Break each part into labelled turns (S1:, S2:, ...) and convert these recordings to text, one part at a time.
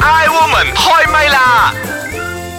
S1: I Woman 開唛啦！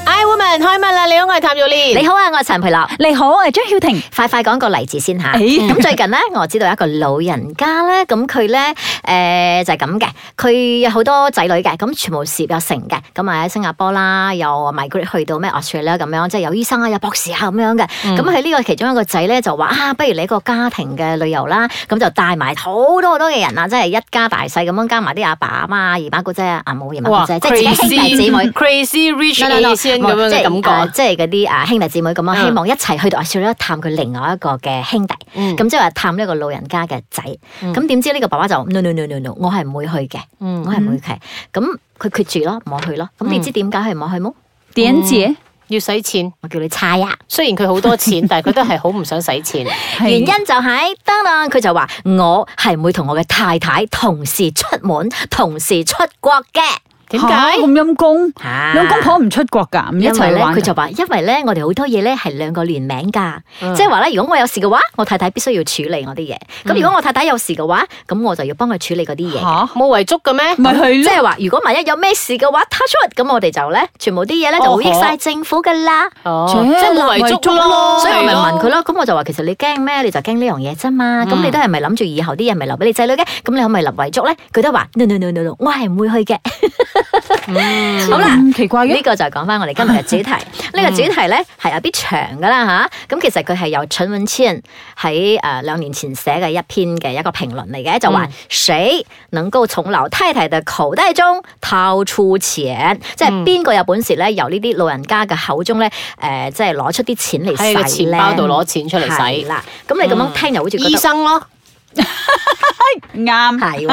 S2: I woman 開唛啦！你好，我係譚玉蓮。
S3: 你好啊，我係陳培樂。
S4: 你好，我係張曉婷。
S3: 快快講個例子先吓。
S4: 咦
S3: 咁最近咧，我知道一個老人家咧，咁佢咧誒就係咁嘅，佢有好多仔女嘅，咁全部事業有成嘅，咁啊喺新加坡啦，又 migrate 去到咩 Australia 咁樣，即係有醫生啊，有博士啊咁樣嘅。咁佢呢個其中一個仔咧就話啊，不如你一個家庭嘅旅遊啦，咁就帶埋好多好多嘅人啊，即係一家大細咁樣加埋啲阿爸阿媽、姨媽姑姐啊、阿母姨媽姑姐，即係自己兄弟姊妹。
S2: crazy rich
S3: No, no, no，
S2: Asian 咁樣
S3: 即係
S2: 嘅
S3: 啊
S2: 感覺。
S3: 即係嗰啲啊兄弟姊妹咁
S2: 嗯
S3: 樣，希望一齊去到 a u s t r 探佢另外一個嘅兄弟，
S2: 嗯
S3: 咁即係話探呢個老人家嘅仔。
S2: 嗯
S3: 咁點知呢個爸爸就 no no no no no，我係唔會去嘅，
S2: 嗯
S3: 我係唔會去。咁佢決住咯，唔好去咯。咁你知點解佢唔好去冇？
S4: 點姐，
S2: 要使錢，
S3: 我叫你猜啊！
S2: 雖然佢好多錢，但係佢都係好唔想使 錢。
S4: 係
S3: 原因就係得啦，佢就話我係唔會同我嘅太太同時出門、同時出國嘅。
S2: 點
S4: 嚇
S2: 解？
S4: 咁陰公？
S3: 啊
S4: 兩公婆唔出國㗎，唔一
S3: 因為
S4: 齊
S3: 咧，
S4: 玩
S3: 佢就
S4: 㗎。
S3: 話，因為咧，我哋好多嘢咧係兩個聯名噶，
S2: 嗯
S3: 即係話咧，如果我有事嘅話，我太太必須要處理我啲嘢。咁如果我太太有事嘅話，咁我就要幫佢處理嗰啲嘢。
S4: 吓，
S2: 冇遺囑嘅咩？
S4: 咪去
S3: 即
S4: 咯。
S3: 係話，如果萬一有咩事嘅話，touch wood，咁我哋就咧，全部啲嘢咧就會益晒政府噶啦。
S2: 哦，
S4: 切
S2: 即係冇遺囑咯。
S3: 所以我
S2: 係
S3: 咪
S2: 咯
S3: 問佢咯，咁我就話其實你驚咩？你就驚呢樣嘢啫嘛。咁
S2: 嗯
S3: 你都係咪諗住以後啲嘢咪留俾你仔女嘅？咁你可唔可以立遺囑咧？佢都話 no no no no no，我係唔會去嘅。
S2: 嗯
S3: 好啦。
S4: 咁奇
S2: 哎
S4: 怪
S3: 呢
S4: 嘅，
S3: 個就係講翻我哋今日嘅主題。 呢個主題咧係有啲長噶啦吓，咁其實佢係由陳文茜喺誒兩年前寫嘅一篇嘅一個評論嚟
S2: 嗯
S3: 嘅，就話誰能夠從老太太嘅口袋中掏出錢，即
S2: 嗯
S3: 係邊個有本事咧由呢啲老人家嘅口中咧誒，即係攞出啲錢嚟
S2: 喺個
S3: 使
S2: 錢
S3: 咧。
S2: 包度攞錢出嚟
S3: 係
S2: 使。
S3: 啦，咁你咁樣聽又好似覺
S2: 醫
S3: 得
S2: 生咯，
S4: 啱。
S3: 係喎。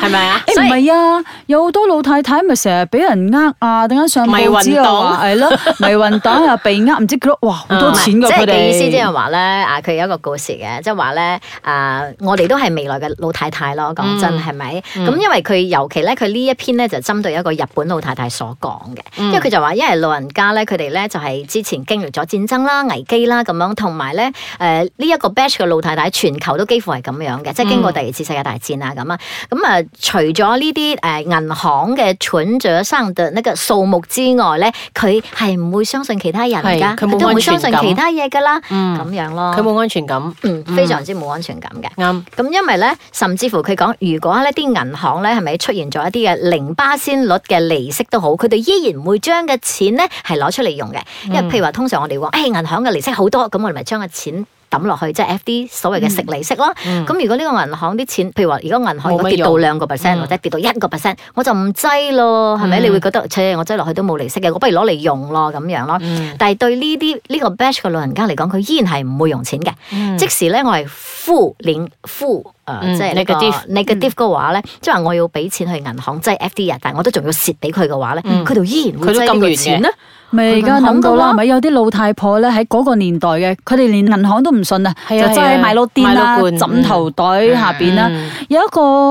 S2: 係咪啊？
S4: 誒
S3: 所以
S4: 唔係啊，有好多老太太咪成日俾人呃啊，等間上
S2: 迷
S4: 報
S2: 魂
S4: 紙又話係咯，迷魂黨又被呃，唔知幾多，哇好多
S2: 嗯
S4: 錢㗎
S3: 即
S4: 佢
S3: 係嘅
S4: 哋。
S3: 意思，即係話咧，啊，佢有一個故事嘅，即係話咧，啊，我哋都係未來嘅老太太咯，講真
S2: 嗯
S3: 係咪？
S2: 嗯
S3: 咁因為佢尤其咧，佢呢一篇咧就針對一個日本老太太所講嘅，因
S2: 嗯
S3: 為佢就話，因為老人家咧，佢哋咧就係之前經歷咗戰爭啦、危機啦咁樣，同埋咧，誒呢一個 batch 嘅老太太，全球都幾乎係咁樣嘅，即係
S2: 嗯
S3: 經過第二次世界大戰啊咁啊。咁啊，除咗呢啲誒銀行嘅存折上嘅呢個數目之外咧，佢係唔會相信其他人㗎，
S2: 係佢冇
S3: 都唔會
S2: 安全
S3: 相信
S2: 感
S3: 其他嘢㗎啦。咁
S2: 嗯，
S3: 樣咯。
S2: 佢冇安全感，
S3: 嗯，非常之冇安全感嘅。
S2: 啱。
S3: 咁因為咧，甚至乎佢講，如果呢啲銀行咧係咪出現咗一啲嘅零巴仙率嘅利息都好，佢哋依然唔會將嘅錢咧係攞出嚟用嘅。
S2: 嗯
S3: 因為譬如話，通常我哋話，誒、銀行嘅利息好多，咁我哋咪將個錢。抌落去即係 FD 所謂嘅食利息咯。咁、
S2: 嗯
S3: 如果呢個銀行啲錢，譬如話，如果銀行如
S2: 冇
S3: 果
S2: 乜
S3: 跌到
S2: 用
S3: 兩個 percent
S2: 嗯
S3: 或者跌到一個 percent，我就唔擠咯，係咪？
S2: 嗯
S3: 你會覺得，切，我擠落去都冇利息嘅，我不如攞嚟用咯咁樣咯。
S2: 嗯
S3: 但係對呢啲呢個 batch 嘅老人家嚟講，佢依然係唔會用錢嘅。即時咧，我係負領負誒，
S2: 嗯
S3: 即係呢個
S2: negative 嗯
S3: negative 嘅話咧，即係話我要俾錢去銀行，即係 FD 啊，但係我都仲要蝕俾佢嘅話咧，
S2: 嗯
S3: 佢度依然會
S2: 佢都
S3: 擠呢
S2: 咁
S3: 個
S2: 遠
S3: 錢
S2: 嘅
S3: 咧。
S4: 咪而家諗到
S3: 銀行㗎
S4: 啦，
S3: 喎
S4: 咪有啲老太婆咧喺嗰個年代嘅，佢哋連銀行都唔信啊，就
S2: 係啊
S4: 真
S2: 係
S4: 係
S2: 啊
S4: 買到癲
S2: 買
S4: 啦，
S2: 到罐
S4: 枕頭袋下邊
S3: 啊
S4: 啦。
S2: 嗯
S4: 有一個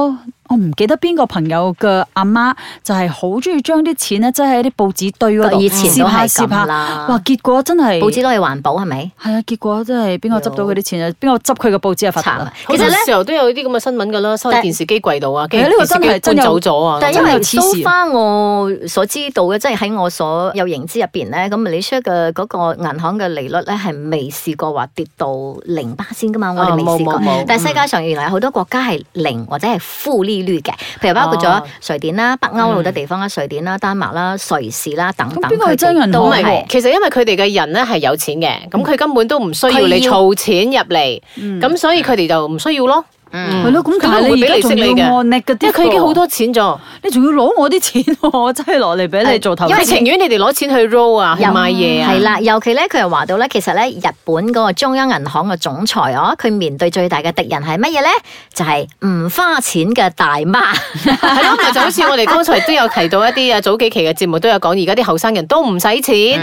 S4: 我唔記得邊個朋友嘅阿媽，就係好中意將啲錢咧，即係喺啲報紙堆嗰度，
S3: 以前都
S4: 攝下
S3: 係
S4: 攝
S3: 咁
S4: 下，
S3: 啦。
S4: 哇！結果真係
S3: 報紙都係環保係咪？
S4: 係啊，結果真係邊個執到佢啲錢
S2: 哦
S4: 啊？邊個執佢嘅報紙啊？罰
S3: 慘
S4: 罰
S3: 啊
S4: 啊！！
S3: 其
S2: 其
S3: 實
S2: 實
S3: 咧。
S2: 時候都有啲咁嘅新聞噶啦，收喺
S3: 但
S2: 電視機櫃度啊，
S4: 係
S2: 跟住
S4: 啊呢
S2: 電
S4: 個
S2: 視
S4: 真係
S2: 機
S4: 真
S2: 搬
S4: 有
S2: 走咗啊。
S3: 但係因
S4: 真係
S3: 為
S4: 黐
S3: 蘇
S4: 線
S3: 花我所知道嘅，即係喺我所有認知入邊咧，咁 Malaysia 嘅嗰個銀行嘅利率咧係未試過話跌到零巴先噶嘛，我哋未
S2: 哦冇
S3: 試過。
S2: 冇
S4: 嗯
S2: 冇
S3: 但係世界上原來有好多國家係零或者係負利率嘅，譬如包括咗
S2: 哦
S3: 瑞典啦、北歐好多地方啦、瑞典啦、丹麥啦、瑞士啦等等，
S4: 嗯咁邊個係
S3: 佢
S4: 真銀
S3: 哋
S4: 行
S3: 都
S2: 唔
S4: 嚟
S3: 係
S2: 係，其實因為佢哋嘅人咧係有錢嘅，咁佢根本都唔需要
S3: 佢
S2: 你
S3: 要
S2: 儲錢入嚟，
S4: 嗯
S2: 咁所以佢哋就唔需要咯。
S3: 嗯
S4: 係咯，咁
S2: 佢
S4: 但
S2: 都
S4: 係
S2: 會
S4: 你
S2: 俾
S4: 而
S2: 利息
S4: 家仲
S2: 你
S4: 要
S2: 嘅，
S4: 按力嘅，
S2: 因為佢已經好，多錢咗，
S4: 你仲要攞我啲錢喎，我真係攞嚟俾你做投
S2: 因為
S4: 資。
S2: 情願你哋攞錢去 roll 啊，去
S3: 又
S2: 買嘢啊，
S3: 係，啦，尤其咧佢又話到咧，其實咧日本嗰個中央銀行嘅總裁哦，佢面對最大嘅敵人係乜嘢咧？就係、唔花錢嘅大媽。
S2: 係咯，咪就好似我哋剛才都有提到一啲啊，早幾期嘅節目都有講，而家啲後生人都唔使錢，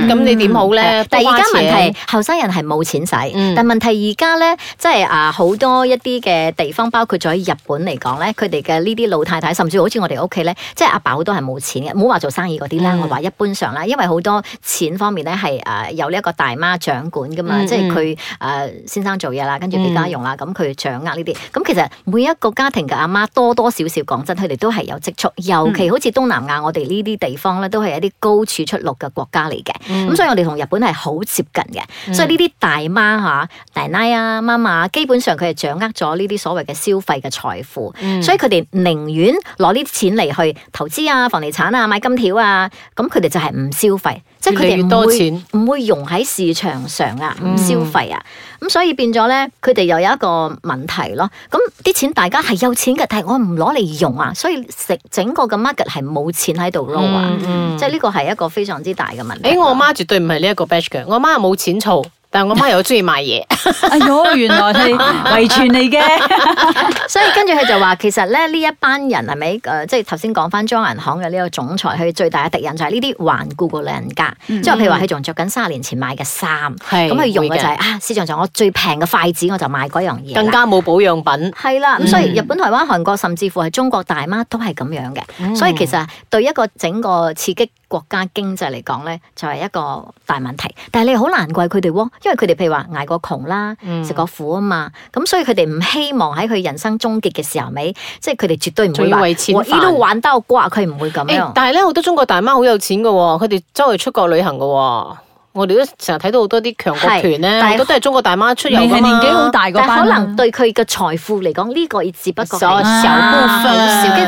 S2: 咁你點好咧？
S3: 但嗯係而家
S2: 多花錢
S3: 問題，後生人係冇錢使，
S2: 嗯
S3: 但問題而家咧，即係啊好多一啲嘅地方，包括咗喺日本嚟講咧，佢哋嘅呢啲老太太，甚至好似我哋屋企咧，即係阿爸好多係冇錢嘅，唔好話做生意嗰啲啦，
S2: 嗯
S3: 我話一般上啦，因為好多錢方面咧係誒有呢一個大媽掌管噶嘛，
S2: 嗯
S3: 即係佢誒呃先生做嘢啦，跟住俾家用啦，咁佢掌握呢啲。咁其實每一個家庭嘅阿媽多多少少講真，佢哋都係有積蓄，尤其好似東南亞我哋呢啲地方咧，都係一啲高處出六嘅國家嚟嘅。咁、所以我哋同日本係好接近嘅，所以呢啲大媽嚇、奶奶啊、媽媽啊，基本上佢係掌握咗呢啲所謂嘅消費嘅財富，所以佢哋寧願攞呢啲錢嚟去投資啊、房地產啊、買金條啊，咁佢哋就係唔消費，即係佢
S2: 越嚟越
S3: 哋
S2: 多
S3: 唔會
S2: 錢
S3: 唔會用喺市場上啊，
S2: 嗯
S3: 唔消費啊，咁、所以變咗咧，佢哋又有一個問題咯。咁啲錢大家係有錢嘅，但係我唔攞嚟用啊，所以成整個嘅 market 係冇錢喺度撈啊，
S2: 嗯嗯
S3: 即係呢個係一個非常之大嘅問題。
S2: 誒，我媽絕對唔係呢一個 batch 嘅，我媽又冇錢儲，但係我媽又好中意買嘢。
S4: 哎呦，原來 係遺傳嚟嘅，
S3: 所以跟住佢就話，其實咧呢一班人係咪誒，呃即係頭先講翻莊銀行嘅呢個總裁，佢最大嘅敵人就係呢啲頑固嘅老人家。即係譬如話，佢仲着緊卅年前買嘅衫，
S2: 嗯係
S3: 咁佢用嘅
S2: 會嘅
S3: 就係、啊市場上我最平嘅筷子，我就買嗰樣嘢啦。
S2: 更加冇保養品。
S3: 係啦，咁所以日本、台灣、韓國甚至乎係中國大媽都係咁樣嘅，
S2: 嗯
S3: 所以其實對一個整個刺激國家經濟嚟講咧，就係、一個大問題。但係你好難怪佢哋喎，因為佢哋譬如話捱過窮啦，
S2: 嗯
S3: 食過苦啊嘛，咁所以佢哋唔希望喺佢人生終結嘅時候尾，即係佢哋絕對唔
S2: 仲
S3: 會
S2: 要
S3: 話
S2: 為錢
S3: 我呢
S2: 煩
S3: 度玩兜瓜，佢唔會咁
S2: 誒、
S3: 樣。
S2: 但係咧好多中國大媽好有錢嘅喎，佢哋周圍出國旅行嘅喎。我哋都成日睇到好多啲強國團咧，
S3: 係但係
S2: 好多都係中國大媽出遊
S4: 你係
S2: 㗎
S4: 年
S2: 啊嘛
S4: 紀好大嗰
S3: 但
S4: 班啊，
S3: 可能對佢嘅財富嚟講，呢、個亦只不過係
S2: 所
S3: 小部
S2: 少部分
S3: 分，跟住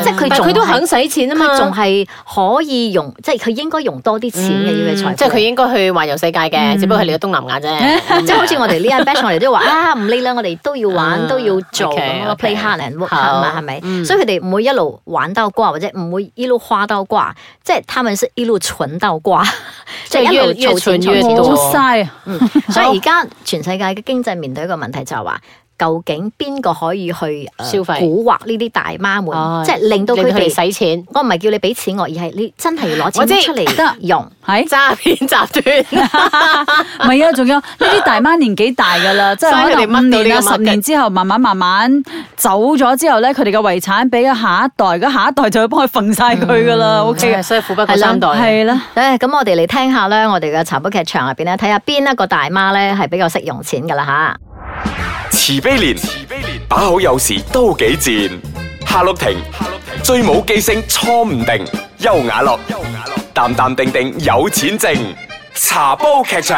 S3: 即係佢
S2: 但
S3: 仲
S2: 佢都
S3: 係
S2: 肯使錢啊嘛，
S3: 佢仲係可以用，即係佢應該用多啲錢嘅呢個財富。
S2: 嗯
S3: 嗯
S2: 即係佢應該去環遊世界嘅，只不過係嚟咗東南亞啫。
S3: 即係好似我哋呢一 batch，我哋都話啊唔理啦，我哋都要玩，
S2: 嗯
S3: 都要做
S2: OK，
S3: 咁咯
S2: OK
S3: ，play hard and work hard 啊嘛，
S2: 好嗯
S3: 係咪？所以佢哋唔會一路玩到瓜，或者唔會一路花到瓜，即係他們是一路蠢到 瓜，即係一路
S2: 越越
S3: 儲錢
S2: 蠢
S3: 儲
S2: 越
S3: 錢
S2: 多
S4: 好嘥啊！
S3: 嗯，所以而家全世界嘅經濟面對一個問題就係話。究竟邊個可以去、呃
S2: 消費
S3: 蠱惑呢啲大媽們，
S2: 哦
S3: 即係令到
S2: 令
S3: 佢哋？
S2: 使錢，
S3: 我唔係叫你俾錢我，而係你真係要攞
S2: 我知
S3: 錢出嚟
S4: 得
S3: 用。
S4: 係，
S2: 詐騙集 團。
S4: 唔係啊？仲有呢啲大媽年紀大㗎 啦，即係
S2: 所以佢
S4: 可
S2: 哋
S4: 能五
S2: 掹到
S4: 年啊、
S2: 呢個
S4: 十
S2: market
S4: 年之後，慢慢慢慢走咗之後咧，佢哋嘅遺產俾咗下一代，咁下一代就會幫佢揈晒佢㗎啦。O K
S2: 嗯係
S4: 啊，
S2: 所以富不過三代。
S4: 係啦。
S3: 誒，咁我哋嚟聽下咧，我哋嘅茶煲劇場入邊咧，睇下邊一個大媽咧係比較識用錢噶啦吓。
S1: 慈悲蓮，慈悲蓮，把口有時都幾賤。夏綠庭，夏綠庭，最冇記性錯唔定。優雅樂，優雅樂，淡淡定定有錢剩。茶煲劇場，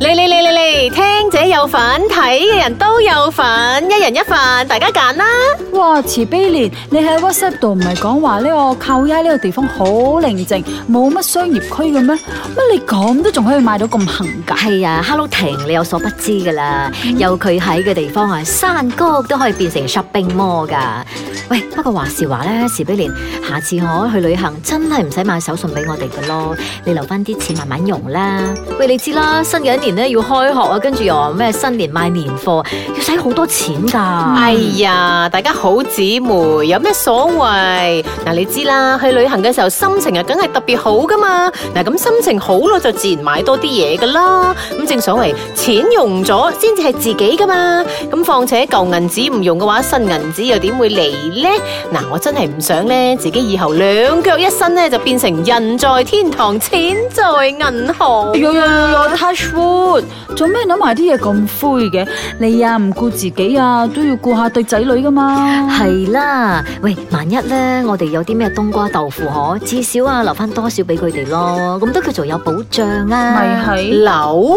S2: 嚟嚟嚟嚟嚟，聽者有份，睇嘅人都有份，一人一份，大家揀啦。
S4: 哇！慈悲蓮，你喺 WhatsApp 度唔係講話呢個靠丫呢個地方好寧靜，冇乜商業區嘅咩？乜你咁都仲可以買到咁行㗎？
S3: 係啊，Hello 婷，你有所不知噶啦，有佢喺嘅地方啊，山谷都可以變成 shopping mall 噶。喂，不過話時話咧，時比年，下次我去旅行真係唔使買手信俾我哋噶咯，你留翻啲錢慢慢用啦。喂，你知啦，新嘅一年咧要開學啊，跟住又話咩新年買年貨，要使好多錢噶。
S2: 哎呀，大家好姊妹，有咩所謂？嗱，你知啦，去旅行嘅時候心情啊，梗係特別好噶嘛。嗱，咁心情好咯，就自然買多啲嘢噶啦。咁正所謂錢用咗先至係自己噶嘛。咁況且舊銀紙唔用嘅話，新銀紙又點會嚟呢？嗱，我真係唔想呢，自己以後兩腳一伸呢，就變成人在天堂，錢在銀行。
S4: 有有有有哎 touch wood，做咩諗埋啲嘢咁灰嘅？你啊唔顧自己啊，都要顧下對仔女噶嘛。
S3: 係啦，喂，萬一咧，我哋有啲咩冬瓜豆腐可，至少啊留翻多少俾佢哋咯，咁都叫做有保障啊。
S4: 咪係
S2: 樓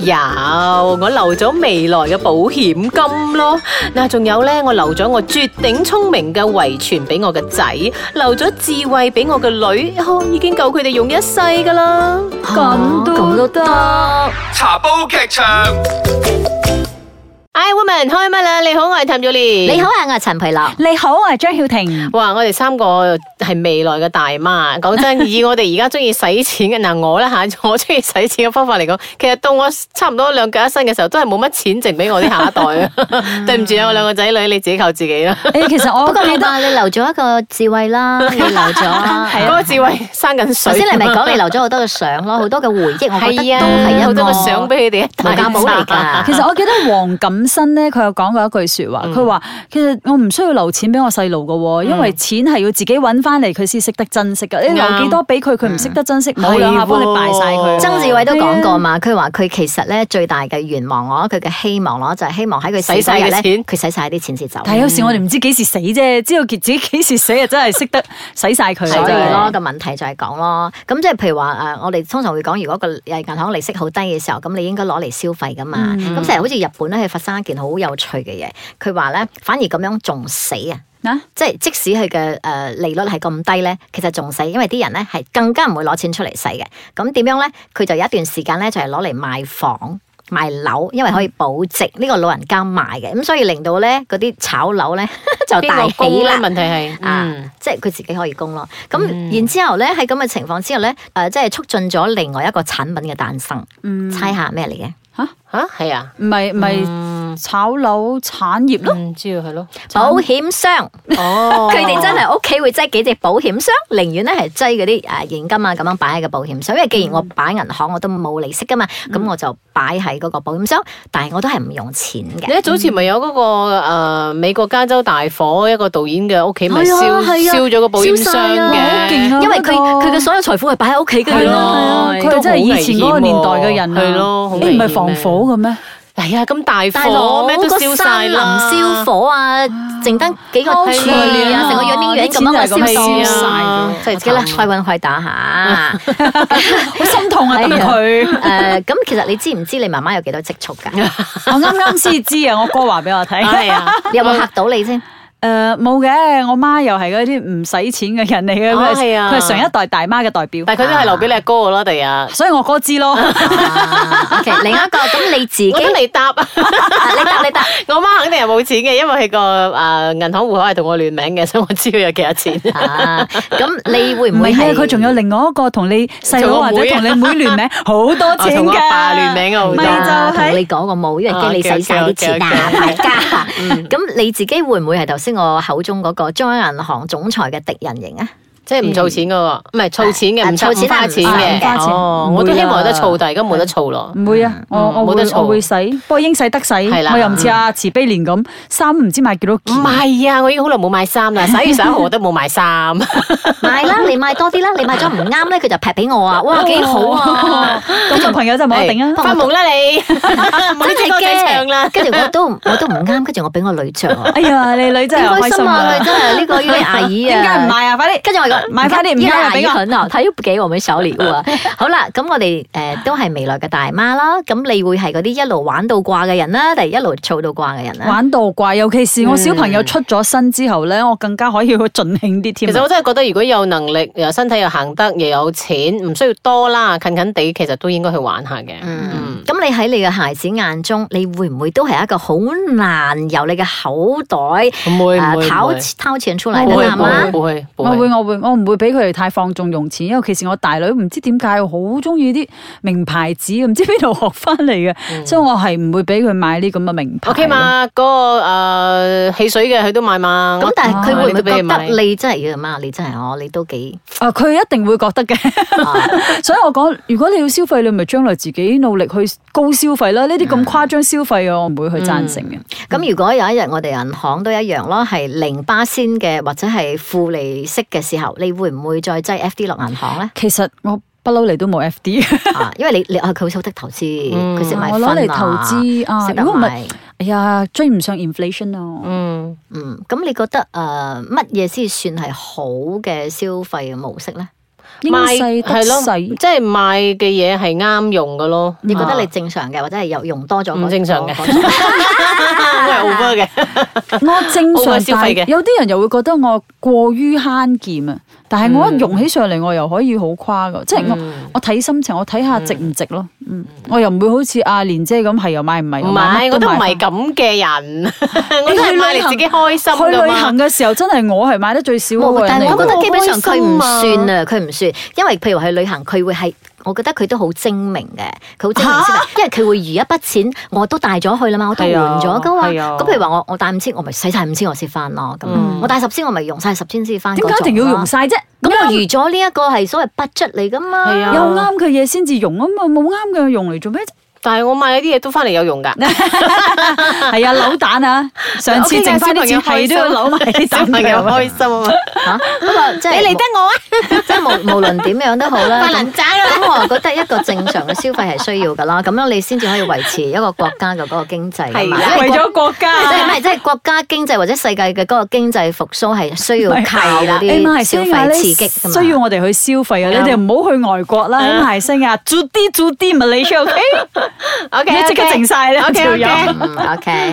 S2: 有，我留咗未來嘅保險金咯。嗱，仲有呢，我留咗我絕頂聰明嘅遺傳俾我嘅仔，留咗智慧俾我嘅女，哦已經夠佢哋用一世噶啦。
S4: 咁都
S3: 哦咁都得。
S1: 茶煲劇場。
S2: I woman 開唛啦！你好，我係譚玉蓮。
S3: 你好啊，我係陳培樂。
S4: 你好啊，張曉 婷。
S2: 哇！我哋三個係未來嘅大媽，講真，以我哋而家中意使錢嘅嗱，我啦吓， 我中意使錢嘅方法嚟講，其實到我差唔多兩腳一伸嘅時候，都係冇乜錢剩俾我啲下一代 啊！對唔住啊，我兩個仔女，你自己靠自己啦。
S4: 誒，其實我
S3: 不過你
S4: 覺得
S3: 話你留咗一個智慧啦，你留咗。
S2: 嗰個智慧生緊水。
S3: 頭先你咪講你留咗好多嘅相咯，好多嘅回憶，我覺得
S2: 係啊，
S3: 都係一
S2: 好多
S3: 個
S2: 個相俾佢哋一大
S3: 無價寶嚟
S2: 扎
S3: 㗎。嗯
S4: 其實我記得黃錦減薪咧，佢有講過一句説話，佢話、其實我唔需要留錢俾我細路噶喎，因為錢係要自己揾翻嚟，佢先識得珍惜噶。你留幾多俾佢，佢唔識得珍
S3: 嗯
S4: 惜，冇兩下幫你敗晒佢。
S3: 曾志偉都講過嘛，佢話佢其實咧最大嘅願望咯，佢嘅希望咯，就係希望喺佢死嗰
S2: 使
S3: 日
S2: 晒嘅
S3: 咧，
S2: 錢
S3: 佢使晒啲錢先走。
S4: 但係有時我哋唔知幾時死啫，知道自己幾時死啊，真係識得使晒佢。
S3: 所以
S4: 真係啊
S3: 咯，個問題就係講咯，咁即係譬如話誒，我哋通常會講，如果個誒銀行利息好低嘅時候，咁你應該攞嚟消費噶嘛。咁成日好似日本咧，佢發生一件好有趣嘅嘢，佢話咧反而咁樣仲死啊！
S4: 啊
S3: 即係即使佢嘅誒利率係咁低咧，其實仲使，因為啲人咧係更加唔會攞錢出嚟使嘅。咁點樣咧？佢就有一段時間咧，就係攞嚟賣房。賣樓，因為可以保值，呢、個老人家賣嘅，咁所以令到咧嗰啲炒樓咧 就
S2: 邊個
S3: 大
S2: 高
S3: 起
S2: 咧？
S3: 啦。
S2: 問題係
S3: 啊，即係佢自己可以供咯。咁然之後咧，喺咁嘅情況之下咧，誒、即係促進咗另外一個產品嘅誕生。
S4: 嗯
S3: 猜下咩嚟嘅？
S2: 嚇係啊，
S4: 唔係唔係
S2: 嗯
S4: 炒樓產業咯，
S3: 嗯
S2: 唔知啊，係 咯，
S3: 保險箱，
S2: 哦，
S3: 佢哋真係屋企會擠幾隻保險箱，寧願咧係擠嗰啲誒現金啊咁樣擺喺個保險箱，因為既然我擺銀行我都冇利息噶嘛，咁、我就擺喺嗰個保險箱，但係我都係唔用錢嘅。
S2: 你一早前咪有嗰個呃美國加州大火，一個導演嘅屋企咪
S3: 係
S2: 燒
S3: 啊係啊
S2: 燒咗個保險箱
S3: 燒晒啊
S4: 好勁
S2: 嘅
S4: 啊。
S3: 因為佢
S4: 嗰個
S3: 佢嘅所有財富係擺喺屋企㗎
S4: 係
S2: 係
S4: 咯
S3: 嘛。
S2: 咯
S4: 係啊佢係真係以前嗰個年代嘅人啊
S2: 係咯好
S4: 你唔
S2: 危
S4: 係
S2: 險
S4: 防
S2: 咧
S4: 火嘅咩？
S2: 係啊，咁大
S3: 大
S2: 火
S3: 佬
S2: 咩都
S3: 個
S2: 燒晒啦，
S3: 森林燒火啊，剩得幾個
S4: 好
S3: 柱
S2: 慘啊
S3: 啊，成個樣啲樣咁樣
S4: 啲錢就係咁
S3: 燒
S4: 燒
S3: 晒
S4: 晒
S2: 真
S3: 咗
S4: 咗。
S2: 係
S3: 自己
S2: 慘
S3: 啦，開運開 打下。
S4: 好心痛啊！
S3: 哎呀
S4: 等佢，
S3: 誒，咁其實你知唔知你媽媽有幾多積蓄 㗎？
S4: 我啱啱先知啊！我哥話俾我睇，
S2: 係啊，
S3: 你有冇嚇到你先？
S4: 誒冇嘅，我媽又係嗰啲唔使錢嘅人嚟嘅，
S2: 哦
S4: 佢
S2: 係
S4: 係
S2: 啊
S4: 佢係上一代大媽嘅代表，
S2: 但係佢都係留俾你阿哥噶咯，第日。
S4: 所以我哥知咯。
S3: 啊 OK，另一個咁你自己，
S2: 我都
S3: 啊
S2: 嚟 答，我
S3: 你答你 答，
S2: 媽肯定係冇錢嘅，因為佢個誒銀行户口係同我聯名 嘅，所以我知佢有幾多錢。
S3: 啊咁你會
S4: 唔
S3: 唔會
S4: 係啊，
S3: 係？
S4: 佢仲有另外一個同你細佬
S2: 同我
S4: 或者
S2: 妹啊
S4: 同你妹聯名，好多
S2: 我
S4: 錢㗎。
S2: 同我阿爸聯名啊，好
S3: 唔
S2: 多
S4: 咪。就係
S3: 同你講個冇，因為驚你使晒啲錢啊，
S2: 啊
S3: 大家。咁你自己會唔會係頭先我口中嗰個中央銀行總裁嘅敵人型啊？
S2: 即係唔儲錢嗰個，唔係儲錢
S3: 啊
S2: 嘅，唔
S3: 儲
S2: 儲
S3: 錢
S2: 錢
S3: 啊
S2: 花
S3: 唔
S2: 錢
S4: 唔花
S2: 嘅。
S4: 錢
S2: 哦，
S4: 唔會
S2: 我都希
S4: 啊
S2: 望有得儲，但係而家冇得儲咯。
S4: 唔會啊，我我
S2: 冇
S4: 會
S2: 得儲
S4: 我會使，不過應使得使，
S2: 係啦
S4: 我又唔似阿慈悲蓮咁，衫唔知買幾多
S2: 唔
S4: 件。
S2: 係啊，我已經好耐冇買衫啦，十一月十一號我都冇買衫。
S3: 買啦， 你買多啲啦，你買咗唔啱咧，佢就劈俾我啊！哇，幾好 啊！
S4: 咁做朋友就冇一定啊。
S2: 發夢啦你，真
S3: 真係
S2: 啦啊
S3: 嘅，。跟住我都我都唔啱，跟住我俾我女着，
S4: 哎呀，你女真係
S3: 好開
S4: 好開
S3: 心
S4: 心
S3: 啊！
S4: 啊
S3: 佢！真係呢個呢個阿姨啊，
S4: 點解 唔？買啊？快啲！
S3: 跟住我個
S4: 買翻啲唔啱嘅
S3: 因為阿
S4: 俾
S3: 姨
S4: 我
S3: 很啊，她又不給我們小禮物啊。好啦，咁我哋誒都係未來嘅大媽啦。咁你會係嗰啲一路玩到掛嘅人啦，定係一路儲到掛嘅人啊？
S4: 玩到掛，尤其是我小朋友出咗身之後咧，我更加可以去盡興啲
S2: 其
S4: 添
S2: 實
S4: 啊。
S2: 我真係覺得，如果有能力，又身體又行得，又有錢，唔需要多啦，近近地其實都應該去玩下嘅。
S3: 嗯，咁你喺你嘅孩子眼中，你會唔會都係一個好難由你嘅口袋
S2: 嗯，唔會唔
S3: 誒
S2: 會唔
S3: 掏
S2: 會
S3: 掏錢出嚟
S2: 不
S3: 嘅
S2: 會
S3: 媽媽？
S2: 不會不
S4: 我
S2: 會
S4: 會我會我唔會俾佢哋太放縱用錢，尤其是我大女，唔知點解好中意啲名牌子，唔知邊度學翻嚟嘅，所以我係唔會俾佢買呢咁嘅名牌。
S2: O K 嘛，嗰個誒汽水嘅佢都買嘛。
S3: 咁但係佢會
S2: 啊你
S3: 唔會覺
S2: 都俾佢
S3: 得
S2: 買
S3: 你真係要媽，你真係我，你都幾
S4: 啊，佢一定會覺得嘅， 所以我講，如果你要消費，你咪將來自己努力去高消費啦。呢啲
S2: 嗯
S4: 咁誇張消費啊，我唔會去贊成嘅。
S3: 咁如果有一日我哋銀行都一樣咯，係零巴仙嘅或者係負利息嘅時候，你會唔會再擠 F D 落銀
S4: ？
S3: 行咧
S4: 其實我不嬲嚟都冇 F D，
S3: 啊，因為你你啊佢好識得投資，
S2: 嗯
S3: 佢識買
S4: 我
S3: 分啊
S4: 攞嚟投資啊
S3: 識得
S4: 如果唔係
S3: 買
S4: 哎呀，追唔上 inflation 啊！
S2: 嗯，
S3: 嗯，咁你覺得誒乜嘢先算係好嘅消費嘅模式咧？
S4: 應
S2: 買
S4: 使得
S2: 係咯，
S4: 使
S2: 即係買嘅嘢係啱用嘅咯。
S3: 你
S4: 啊
S3: 覺得你正常嘅，或者係有用多咗嗰？
S2: 唔正常嘅
S3: 嗰種
S2: 啊 我係 over 嘅。
S4: 我正常
S2: 好過消費嘅
S4: 但係有啲人又會覺得我過於慳儉啊，但係我一
S2: 嗯
S4: 用起上嚟，我又可以好誇噶，即係我
S2: 嗯
S4: 我睇心情，我睇下值唔值咯。嗯，我又唔會好似阿蓮姐咁係又買唔係又
S2: 唔
S4: 買，
S2: 係，我都唔係
S4: 係
S2: 咁嘅 人，我都係
S4: 你去
S2: 買
S4: 旅
S2: 嚟
S4: 行
S2: 自己開心
S4: 去
S2: 㗎
S4: 旅
S2: 嘛
S4: 行。嘅時候，真係我係買得最少嗰個
S3: 冇
S4: 人
S3: 但係
S4: 嚟
S3: 我覺
S4: 㗎。
S3: 得基本上佢
S2: 好
S3: 唔算
S2: 開心
S3: 啊，佢唔算，因為譬如話去旅行，佢會係，我覺得佢都好精明嘅，佢好精明
S2: 嚇
S3: 先得，因為佢會預一筆錢，我都帶咗去啦嘛，我都換
S2: 係啊
S3: 咗噶嘛。
S2: 係啊
S3: 咁譬如話我我帶五千，我咪使晒五千我先翻咯，咁
S2: 嗯
S3: 我帶十千我咪用晒十千先翻。
S4: 點解一定要用？晒啫？
S3: 啊咁我預咗呢一個係所謂 budget 嚟噶嘛。
S2: 係啊
S4: 有啱嘅嘢先至用啊嘛，冇啱嘅用嚟做咩啫？
S2: 但係我買啲嘢都翻嚟有用㗎。
S4: 係啊，扭 蛋啊，上次
S2: OK 㗎
S4: 剩翻啲
S2: 小
S4: 錢
S2: 朋友
S4: 係都要扭埋 啲
S2: 小
S4: 蛋
S2: 朋友
S4: 嘅。
S2: 開心啊嘛，
S3: 吓，不過即係
S2: 你嚟得我啊，
S3: 即係無無論點樣都好 啦。
S2: 發爛渣啦！
S3: 咁我又覺得一個正常嘅消費係需要㗎啦，咁樣你先至可以維持一個國家嘅嗰個經濟㗎嘛。
S2: 係啦啊
S3: 因為
S4: 為
S3: 國
S4: 咗國 家
S3: 即係
S4: 啊。
S3: 咩？即係國家經濟或者世界嘅嗰個經濟復甦係需要靠嗰
S4: 誒馬
S3: 啲
S4: 來西
S3: 消
S4: 亞
S3: 費
S4: 咧
S3: 刺激㗎嘛。
S4: 啊需要我哋去消費啊！
S2: 係啊
S4: 你哋唔好去外國啦，
S3: 啊
S4: 喺馬來西亞做啲做啲 Malaysia，OK？
S2: OK，
S4: 你即刻靜晒啦
S2: OK，OK
S4: 條友。
S3: 嗯，OK。